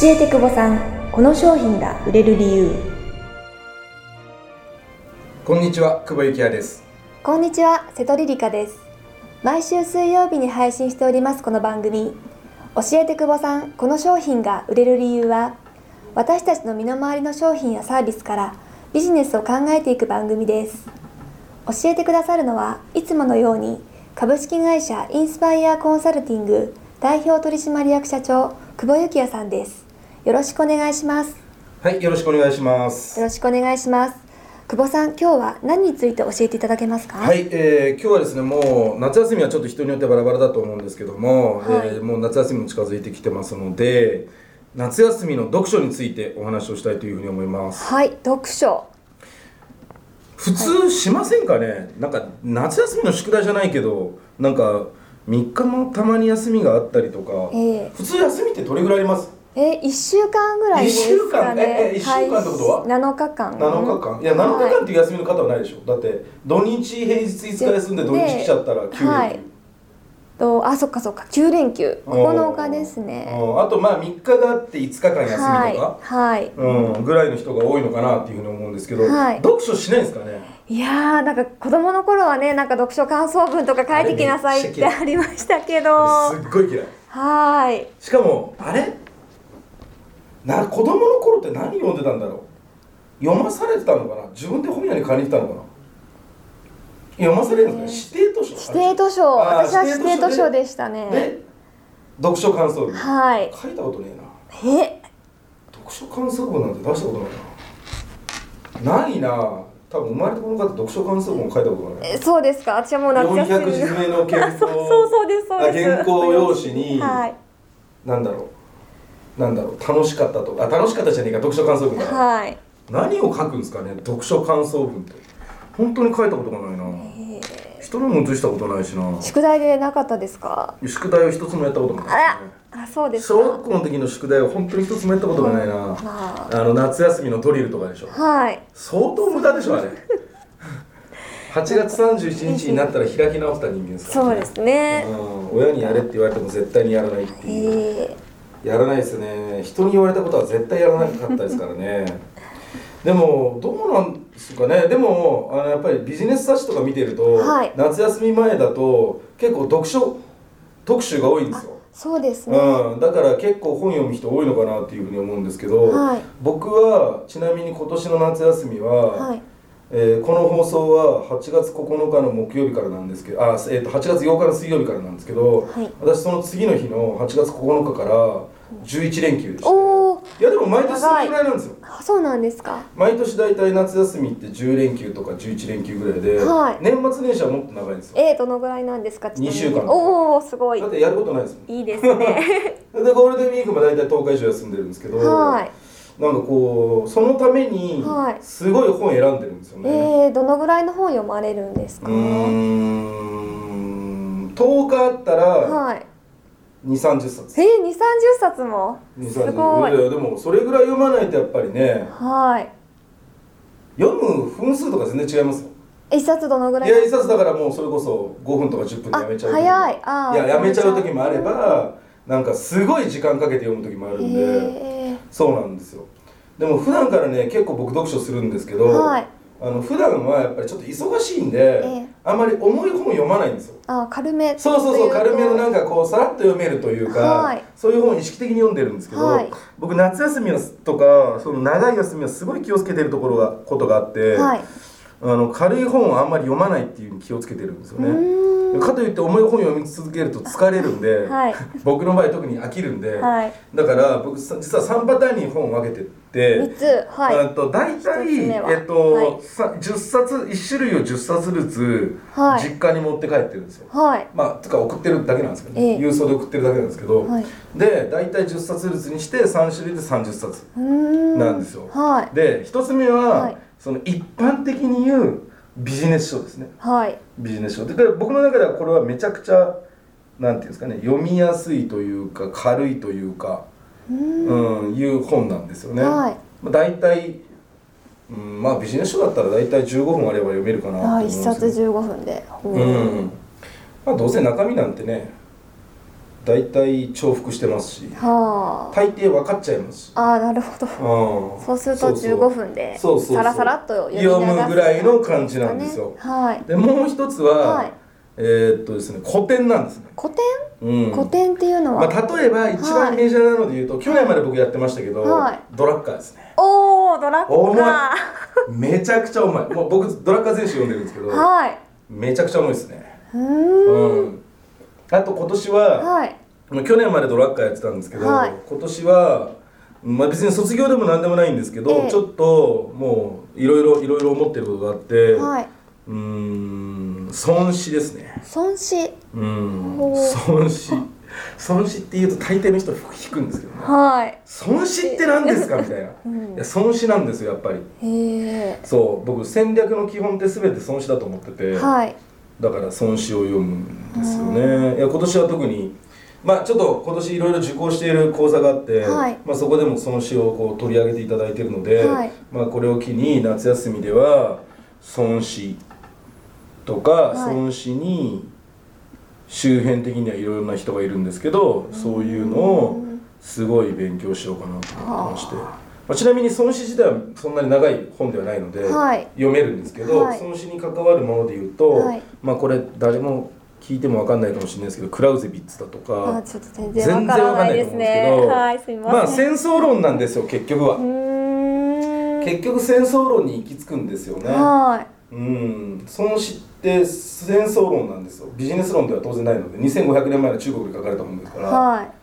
教えて久保さんこの商品が売れる理由こんにちは久保幸也ですこんにちは瀬戸リリカです毎週水曜日に配信しておりますこの番組教えて久保さんこの商品が売れる理由は私たちの身の回りの商品やサービスからビジネスを考えていく番組です教えてくださるのはいつものように株式会社インスパイアコンサルティング代表取締役社長久保幸也さんですよろしくお願いしますはいよろしくお願いしまよすろしくお願いします久保さん今日は何について教えていただけますかはい、えー、今日はですねもう夏休みはちょっと人によってバラバラだと思うんですけども、はいえーもう夏休みも近づいてきてますので夏休みの読書についてお話をしたいというふうに思いますはい読書普通しませんかね、なんか夏休みの宿題じゃないけどなんか3日もたまに休みがあったりとか、ええ普通休みってどれぐらいありますえ一週間ぐらいですかね一週間ええ一週間ってことは7日間7日間いや7日間っていう休みの方はないでしょ、だって土日平日5日休んで土日来ちゃったら9連休、はいとあそっかそっか9連休9日ですねうんあとまあ3日があって5日間休みとか、はいはいうん、ぐらいの人が多いのかなっていうふうに思うんですけど、はい読書しないですかねいやーなんか子供の頃はねなんか読書感想文とか書いてきなさいってあれめあっちゃ嫌いりましたけどすっごい嫌いはいしかもあれな子供の頃って何読んでたんだろう読まされてたのかな自分で本屋に借りに行ったのかな読まされるんですかね指定図書指定図書あー私は指定図書指定でした図ね書で読書感想文はい書いたことねえなえ読書感想文なんて出したことないなないな多分生まれてこの方読書感想文を書いたことがないえそうですか私はもう夏休み400字詰めの原稿そうそうそうですそうですあ原稿用紙に、はいなんだろうなんだろう楽しかったとかあ楽しかったじゃねえか読書感想文だから、はい何を書くんですかね読書感想文って本当に書いたことがないな人のも写したことないしな宿題でなかったですか宿題を一つもやったこともないあらですねあそうですか小学校の時の宿題を本当に一つもやったことがないな、ああの夏休みのドリルとかでしょはい相当無駄でしょ あれ8月31日になったら開き直った人間ですからそうですねうん親にやれって言われても絶対にやらないってえいうーやらないですね人に言われたことは絶対やらなかったですか らねでもどうなんですかねでもあのやっぱりビジネス冊子とか見てると、はい夏休み前だと結構読書特集が多いんですよそうですねうん、だから結構本読む人多いのかなっていうふうに思うんですけど、はい僕はちなみに今年の夏休みは、はいえーこの放送は8月9日の木曜日からなんですけどあ、えー、と8月8日の水曜日からなんですけど、はい私その次の日の8月9日から11連休でしたおおいやでも毎年それぐらいなんですよそうなんですか毎年大体夏休みって10連休とか11連休ぐらいで、はい年末年始はもっと長いんですよえー、どのぐらいなんですかちなみに二週間おおすごいだってやることないですもんいいですねでゴールデンウィークも大体10日以上休んでるんですけど、はいなんかこうそのためにはいすごい本選んでるんですよえね、ー、どのぐらいの本読まれるんですうかーん10日あったらはい2三3 0冊えー、2 3 0冊も2す30ごいやでもそれぐらい読まないとやっぱりねはい読む分数とか全然違いますよえ一冊どのぐらいいや一冊だからもうそれこそ5分とか10分でやめちゃう時もあ早いあーややめちゃう時もあればなんかすごい時間かけて読む時もあるんで、えー、そうなんですよでも普段からね結構僕読書するんですけど、はいあの普段はやっぱりちょっと忙しいんで、ええあんまり重い本読まないんですよあ軽めそうそうそう軽めのなんかかこうさらっと読めるというか、はいそういう本を意識的に読んでるんですけど、はい僕夏休みはとかその長い休みはすごい気をつけてるところがことがあって、はいあの軽い本をあんまり読まないっていうふうに気をつけてるんですようーねかといって重い本を読み続けると疲れるんで、はい僕の場合特に飽きるんで、はいだから僕さ実は3パターンに本を分けてって三つはいえっと大体一つ目はえっと、はいさ10冊1種類を10冊ずつはい実家に持って帰ってるんですよ、はいまあとか送ってるだけなんですけど、ねええ郵送で送ってるだけなんですけど、はいで大体10冊ずつにして3種類で30冊うーんなんですよ、はいで一つ目は、はいその一般的に言うビジネス書ですねはいビジネス書でで僕の中ではこれはめちゃくちゃなんていうんですかね読みやすいというか軽いというかうーんうん、いう本なんですよね。はいまあ、大体、うん、まあビジネス書だったら大体15分あれば読めるかなと思はういんで一すけど冊15分でほううん。まあどうせ中身なんてね、大体重複してますしは大抵分かっちゃいますしあああなるほどうんそうすると15分でそうそうそうさらさらっと読み流す読むぐらいの感じなんですよはいでもう一つは、はいえーっとですね古典なんですね、古典、うん古典っていうのは、まあ、例えば一は番いメジャーなので言うと、去年まで僕やってましたけど、はいドラッカーですねおおドラッ重いカめちゃくちゃうまいもう僕ドラッカー選手読んでるんですけど、ーはいめちゃくちゃうまいですねうーんうんあと今年は、はいまあ去年までドラッカーやってたんですけど、はい今年はまあ別に卒業でも何でもないんですけど、ええちょっともういろいろいろいろ思ってることがあって、はいうーん損失ですね孫子うんほう損失損失って言うと大抵の人服引くんですけどねはい損失って何ですかみたいな、 うんいや損失なんですよやっぱりへそう僕戦略の基本って全て損失だと思ってて、えはいだから損失を読むんですよねいや今年は特にまあちょっと今年いろいろ受講している講座があって、はいまあ、そこでも損失をこう取り上げていただいているので、はいまあ、これを機に夏休みでは損失とかい損失に周辺的にはいろいろな人がいるんですけどそういうのをすごい勉強しようかなと思ってまして、まあ、ちなみに損失自体はそんなに長い本ではないので、はい読めるんですけど、はい損失に関わるもので言うと、はいまあこれ誰も聞いてもわかんないかもしれないですけどクラウゼビッツだとかあちょっと全然わからないですね全然わかんはないいすとみ思うんでますせけん、どまあ戦争論なんですよ結局は、うーん結局戦争論に行き着くんですよねはいうん損失って戦争論なんですよビジネス論では当然ないので2500年前の中国で書かれたものですから、は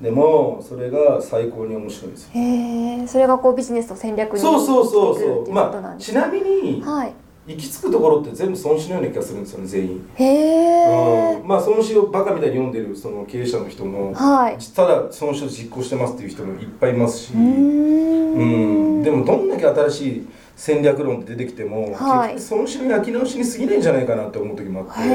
でもそれが最高に面白いんですよいへえそれがこうビジネスと戦略にそうそうそう生きてくるそってういうこまとなあんですちなみにはい行き着くところって全部損失のような気がするんですよね全員へえうんまあ損失をバカみたいに読んでるその経営者の人も、はいただ損失を実行してますっていう人もいっぱいいますし、うーんうんでもどんだけ新しい戦略論って出てきても、はい結局損失の焼き直しに過ぎないんじゃないかなって思う時もあって、へ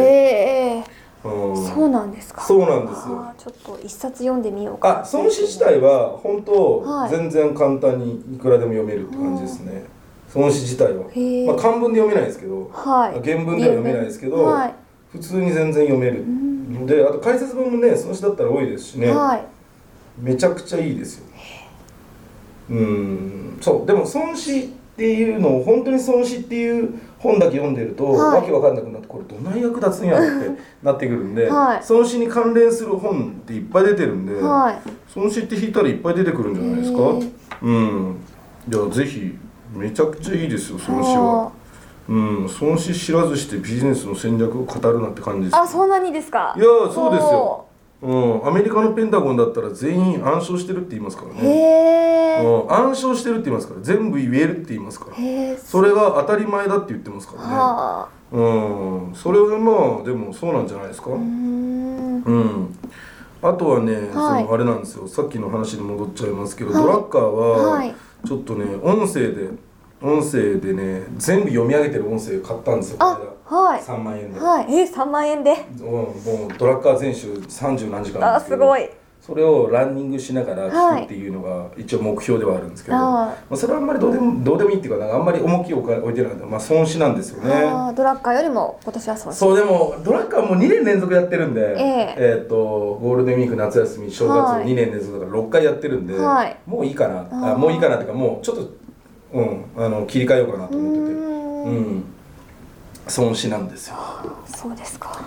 えうんそうなんですかそうなんですよあーちょっと一冊読んでみようかなあ損失自体は本当、はい全然簡単にいくらでも読めるって感じですね、損失自体はへえ、まあ、漢文で読めないですけど、はい原文では読めないですけど、はい普通に全然読める、であと解説本もね損失だったら多いですしね、はいめちゃくちゃいいですようんそうでも損失っていうのを本当に損失っていう本だけ読んでると、はいわけわかんなくなってこれどんな役立つんや ろってなってくるんで、はい損失に関連する本っていっぱい出てるんで、はい損失って引いたらいっぱい出てくるんじゃないですかへーうんじゃあぜひめちゃくちゃいいですよ損失あはうん損失知らずしてビジネスの戦略を語るなって感じですーあそんなにですかいやーそうですよおうん、アメリカのペンタゴンだったら全員暗唱してるって言いますからーへね、えうん、暗唱してるって言いますから全部言えるって言いますからへえそれが当たり前だって言ってますからねはあうんそれはまあでもそうなんじゃないですかううーん、んあとはね、はいそのあれなんですよさっきの話に戻っちゃいますけど、はいドラッカーははいちょっとね音声で音声でね全部読み上げてる音声買ったんですよあはい3万円で、はいえー3万円でうん、もうドラッカー全集30何時間なんあですーけすどごいそれをランニングしながらは聞いくっていうのが一応目標ではあるんですけど、ああまあ、それはあんまりどうでもどうでもいいっていうかなんかあんまり重きを置いてなかった、まあ、損失なんですよあねードラッカーよりも今年はそうそうでもドラッカーもう2年連続やってるんで、ええーとゴールデンウィーク夏休み正月はい2年連続だから6回やってるんで、はいもういいかなあああもういいかなっていうかもうちょっと、うん、あの切り替えようかなとう思っててーうんん損失なんですよそうですか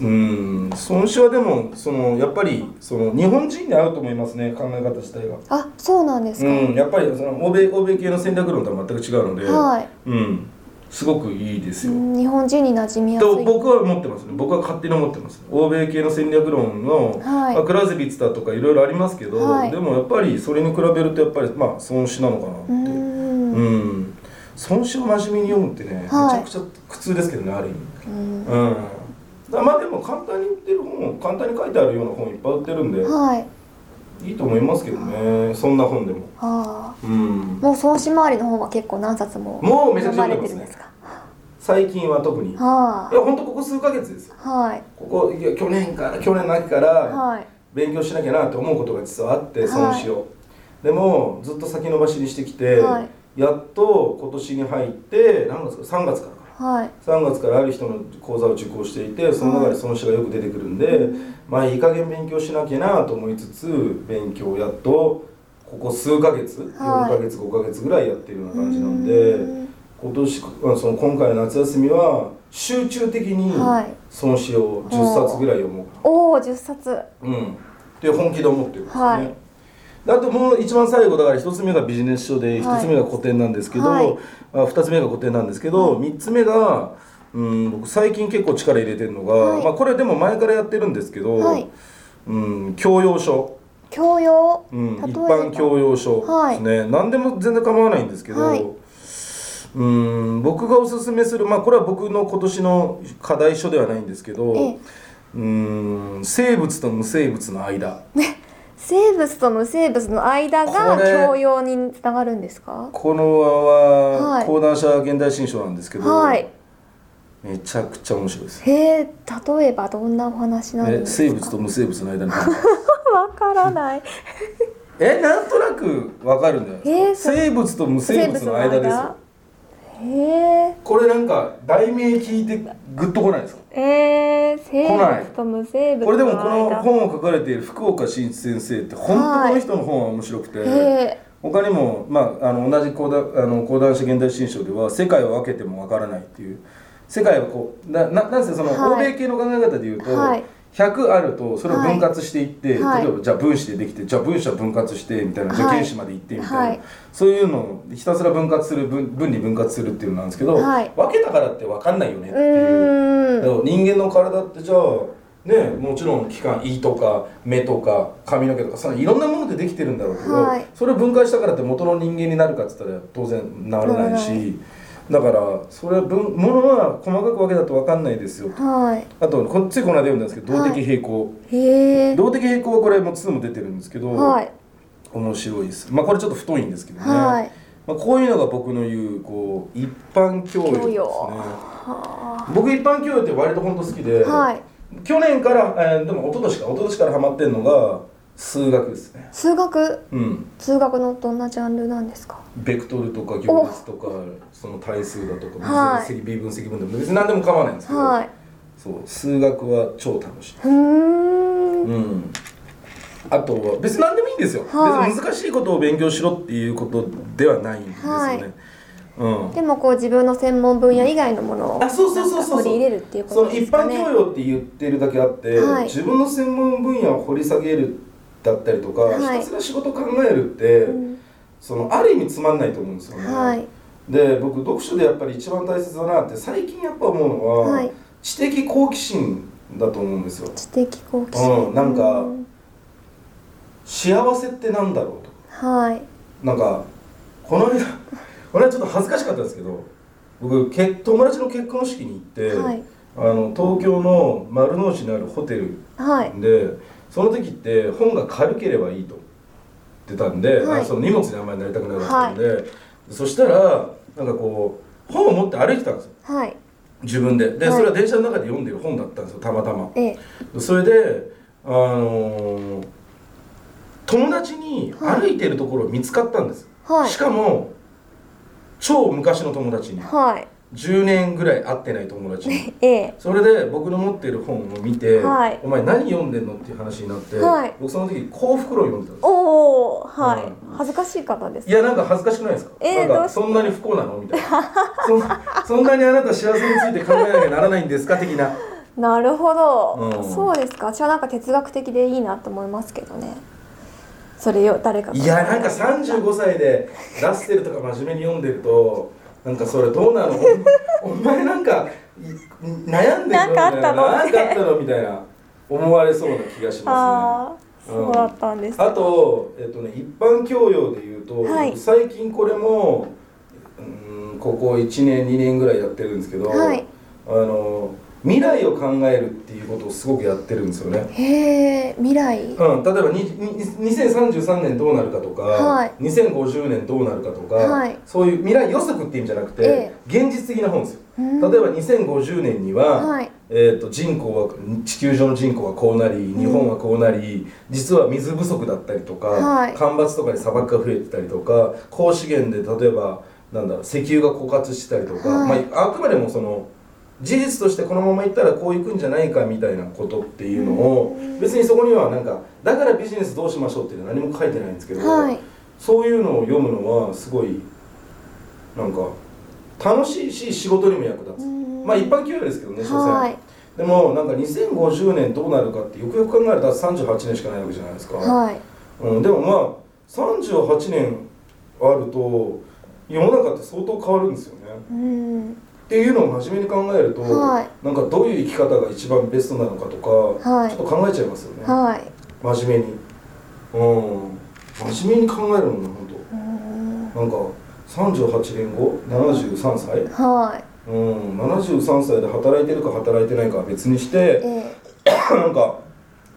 うん損失はでもそのやっぱりその日本人に合うと思いますね考え方自体が。あそうなんですかうん、やっぱりその欧米欧米系の戦略論とは全く違うので、はいうん、すごくいいですうよ。ん日本人に馴染みやすとい僕は思ってますね僕は勝手に思ってます欧米系の戦略論の、はいまあクラゼビッツだとかいろいろありますけど、はいでもやっぱりそれに比べるとやっぱりまあ損失なのかなってうーんうん、損失を真面目に読むってね、はいめちゃくちゃ苦痛ですけどねある意味うんうん、だまあでも簡単に売ってる本簡単に書いてあるような本いっぱい売ってるんではいいいと思いますけどねそんな本でもあうんあもう孫子周りの方は結構何冊ももうめちゃくちゃ読まれ読んでてるんまですすねか最近は特にいやは本当ここ数ヶ月ですよいはいここいや去年から去年の秋から、はい勉強しなきゃなと思うことが実はあってはい損失を、でもずっと先延ばしにしてきて、はいやっと今年に入って何月か3月からかなはい3月からある人の講座を受講していてその中でその人がよく出てくるんで、まあいい加減勉強しなきゃなと思いつつ勉強をやっとここ数ヶ月、はい4ヶ月5ヶ月ぐらいやってるような感じなんでうん今年あその今回の夏休みは集中的にはいその詩を10冊ぐらい読もうかなおお10冊うん、って本気で思ってるんですよね。はいであともう一番最後だから一つ目がビジネス書で一はいつ目が古典なんですけど、はいあ二つ目が古典なんですけど三つ目がうん僕最近結構力入れてるのが、はいまあこれでも前からやってるんですけど、はいうん教養書、教養、うん、例え一般教養書ですね、何でも全然構わないんですけど、はいうん僕がおすすめするまあこれは僕の今年の課題書ではないんですけど、ええうん生物と無生物の間。生物と無生物の間がこれ教養につながるんですかこのは、はい講談社現代新書なんですけど、はいめちゃくちゃ面白いです。へえ例えばどんなお話なんえですか生物と無生物の間の関係 わからない えなんとなくわかるんじゃないですか、えー生物と無生物の間ですよへえこれなんか題名聞いてグッとこないですかえー、生来ない物と無生物これでもこのの間本を書かれている福岡伸一先生って本当この人の本は面白くて、え他にも、まあ、あの同じ講談あの講談社現代新書では「世界を分けてもわからない」っていう世界はこうなななんせそのはい欧米系の考え方でいうと、はい100あるとそれを分割していって、はい例えばじゃあ分子でできてじゃあ分子は分割してみたいな、じゃあはい原子までいってみたいな、はいそういうのをひたすら分割する分分離分割するっていうのなんですけど、はい分けたからって分かんないよねっー、てういう。ーんだから人間の体ってじゃあねもちろん器官胃とか目とか髪の毛とかそのいろんなものでできてるんだろうけど、はいそれを分解したからって元の人間になるかっつったら当然ならないしならなだからそれは分ものは細かく分けだと分かんないですよはあとこっちこの間読んだんですけど動的平衡、いへえ動的平衡はこれも2も出てるんですけど、はい面白いですまあこれちょっと太いんですけどね、はいまあ、こういうのが僕の言うこう一般教養です教ね養は僕一般教養って割と本当好きで、あはい去年から、えーでも一昨年か一昨年からハマってんのが数学ですね数学うん数学のどんなジャンルなんですかベクトルとか行列とかその対数だとかは別いに積微分積分でも別に何でも構わないんですけど、はいそう数学は超楽しい、うーんうん、あとは別に何でもいいんですよ、はい別に難しいことを勉強しろっていうことではないんですよね、はいうんでもこう自分の専門分野以外のものをあそうそうそうそうなんか取り入れるっていうこそとのです一か般ね教養って言ってるだけあって、はい自分の専門分野を掘り下げるだったりとか、はいひたすら仕事を考えるって、うんそのある意味つまんないと思うんですよね、はいで僕読書でやっぱり一番大切だなって最近やっぱ思うのは、はい知的好奇心だと思うんですよ知的好奇心、うんなんかう幸せってなんだろうとかはいなんかこの間 これはちょっと恥ずかしかったんですけど僕け友達の結婚式に行って、はいあの東京の丸の内にあるホテルはいでその時って本が軽ければいいと言ってたんで、はいあその荷物にあんまりなりたくなかったんで、そしたらなんかこう本を持って歩いてたんですよはい自分でではいそれは電車の中で読んでる本だったんですよたまたまええそれであのー友達にはい歩いてるところを見つかったんです、はいしかも超昔の友達にはい10年ぐらい会ってない友達にええそれで僕の持ってる本を見て「はいお前何読んでんの?」っていう話になって、はい僕その時幸福論読んでたんですおおはい、うん恥ずかしい方ですいやなんか恥ずかしくないですか,、えーなんどかうしてそんなに不幸なのみたいなそんそんな にあなた幸せについて考えなきゃならないんですか的ななるほど、うんそうですか私はなんか哲学的でいいなと思いますけどねそれよ誰かがいやなんか35歳でラッセルとか真面目に読んでるとなんかそれどうなのお 前なんかい悩んでるのみたいななんかあったのなんかあったのみたいな思われそうな気がしますねああそうだったんですかあと、えっとね、一般教養で言うと、はい最近これもうーんここ1年2年ぐらいやってるんですけど、はいあの未来を考えるっていうことをすごくやってるんですよね。へえ未来うん、例えばにに2033年どうなるかとか、はい2050年どうなるかとか、はいそういう未来予測っていうんじゃなくて、え現実的な本ですよ。う例えんば2050年には、はいえー、と人口は地球上の人口はこうなり日本はこうなり、実は水不足だったりとか、はい干ばつとかで砂漠が増えてたりとか高資源で例えばなんだろう石油が枯渇したりとか、はいまあ、あくまでもその事実としてこのままいったらこういくんじゃないかみたいなことっていうのを別にそこにはなんかだからビジネスどうしましょうっていうのは何も書いてないんですけど、はいそういうのを読むのはすごいなんか楽しいし仕事にも役立つ、うんまあ一般給与ですけどね所詮、はいでもなんか2050年どうなるかってよくよく考えたら38年しかないわけじゃないですか、はいうん、でもまあ38年あると世の中って相当変わるんですよねうんっていうのを真面目に考えると、はいなんかどういう生き方が一番ベストなのかとか、はいちょっと考えちゃいますよね、はい真面目にうん真面目に考えるもんね本当うんなんか38年後73歳はいうん73歳で働いてるか働いてないかは別にしてええなんか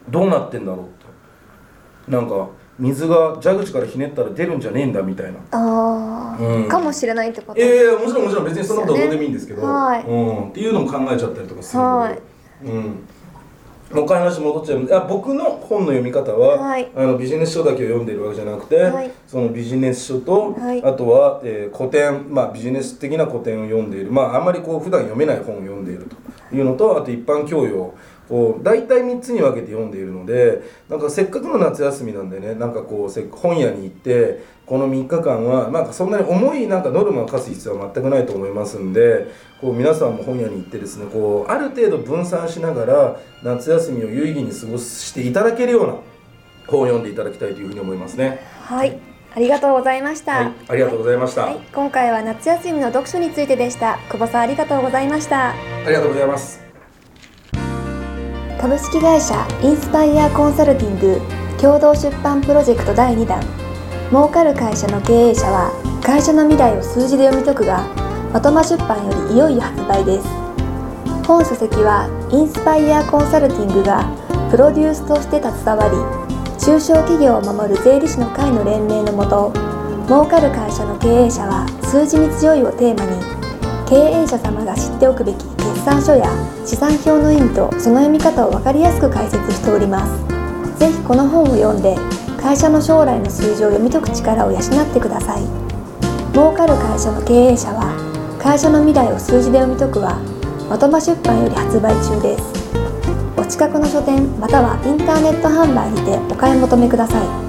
どうなってんだろうってなんか水が蛇口からひねったら出るんじゃねえんだみたいなああ、うんかもしれないってこといやいやもちろんもちろん別にそんなことはどうでもいいんですけどはいうん、っていうのも考えちゃったりとかするので、はいうんもう一回話戻っちゃうんであ僕の本の読み方は、はいあのビジネス書だけを読んでいるわけじゃなくて、はいそのビジネス書と、はいあとは、えー古典、まあ、ビジネス的な古典を読んでいるまああんまりこう普段読めない本を読んでいるというのとあと一般教養こう大体3つに分けて読んでいるのでなんかせっかくの夏休みなんでねなんかこうせ本屋に行ってこの3日間はなんかそんなに重いなんかノルマを課す必要は全くないと思いますんでこう皆さんも本屋に行ってですねこうある程度分散しながら夏休みを有意義に過ごしていただけるような本を読んでいただきたいというふうに思いますね。はいありがとうございました、はい、ありがとうございました。はい、今回は夏休みの読書についてでした。久保さんありがとうございました。ありがとうございます。株式会社インスパイアコンサルティング共同出版プロジェクト第2弾儲かる会社の経営者は会社の未来を数字で読み解くがまとま出版よりいよいよ発売です本書籍はインスパイアコンサルティングがプロデュースとして携わり中小企業を守る税理士の会の連盟のもと儲かる会社の経営者は数字に強いをテーマに経営者様が知っておくべき決算書や資産表の意味とその読み方を分かりやすく解説しておりますぜひこの本を読んで会社の将来の数字を読み解く力を養ってください儲かる会社の経営者は会社の未来を数字で読み解くはまとま出版より発売中ですお近くの書店またはインターネット販売にてお買い求めください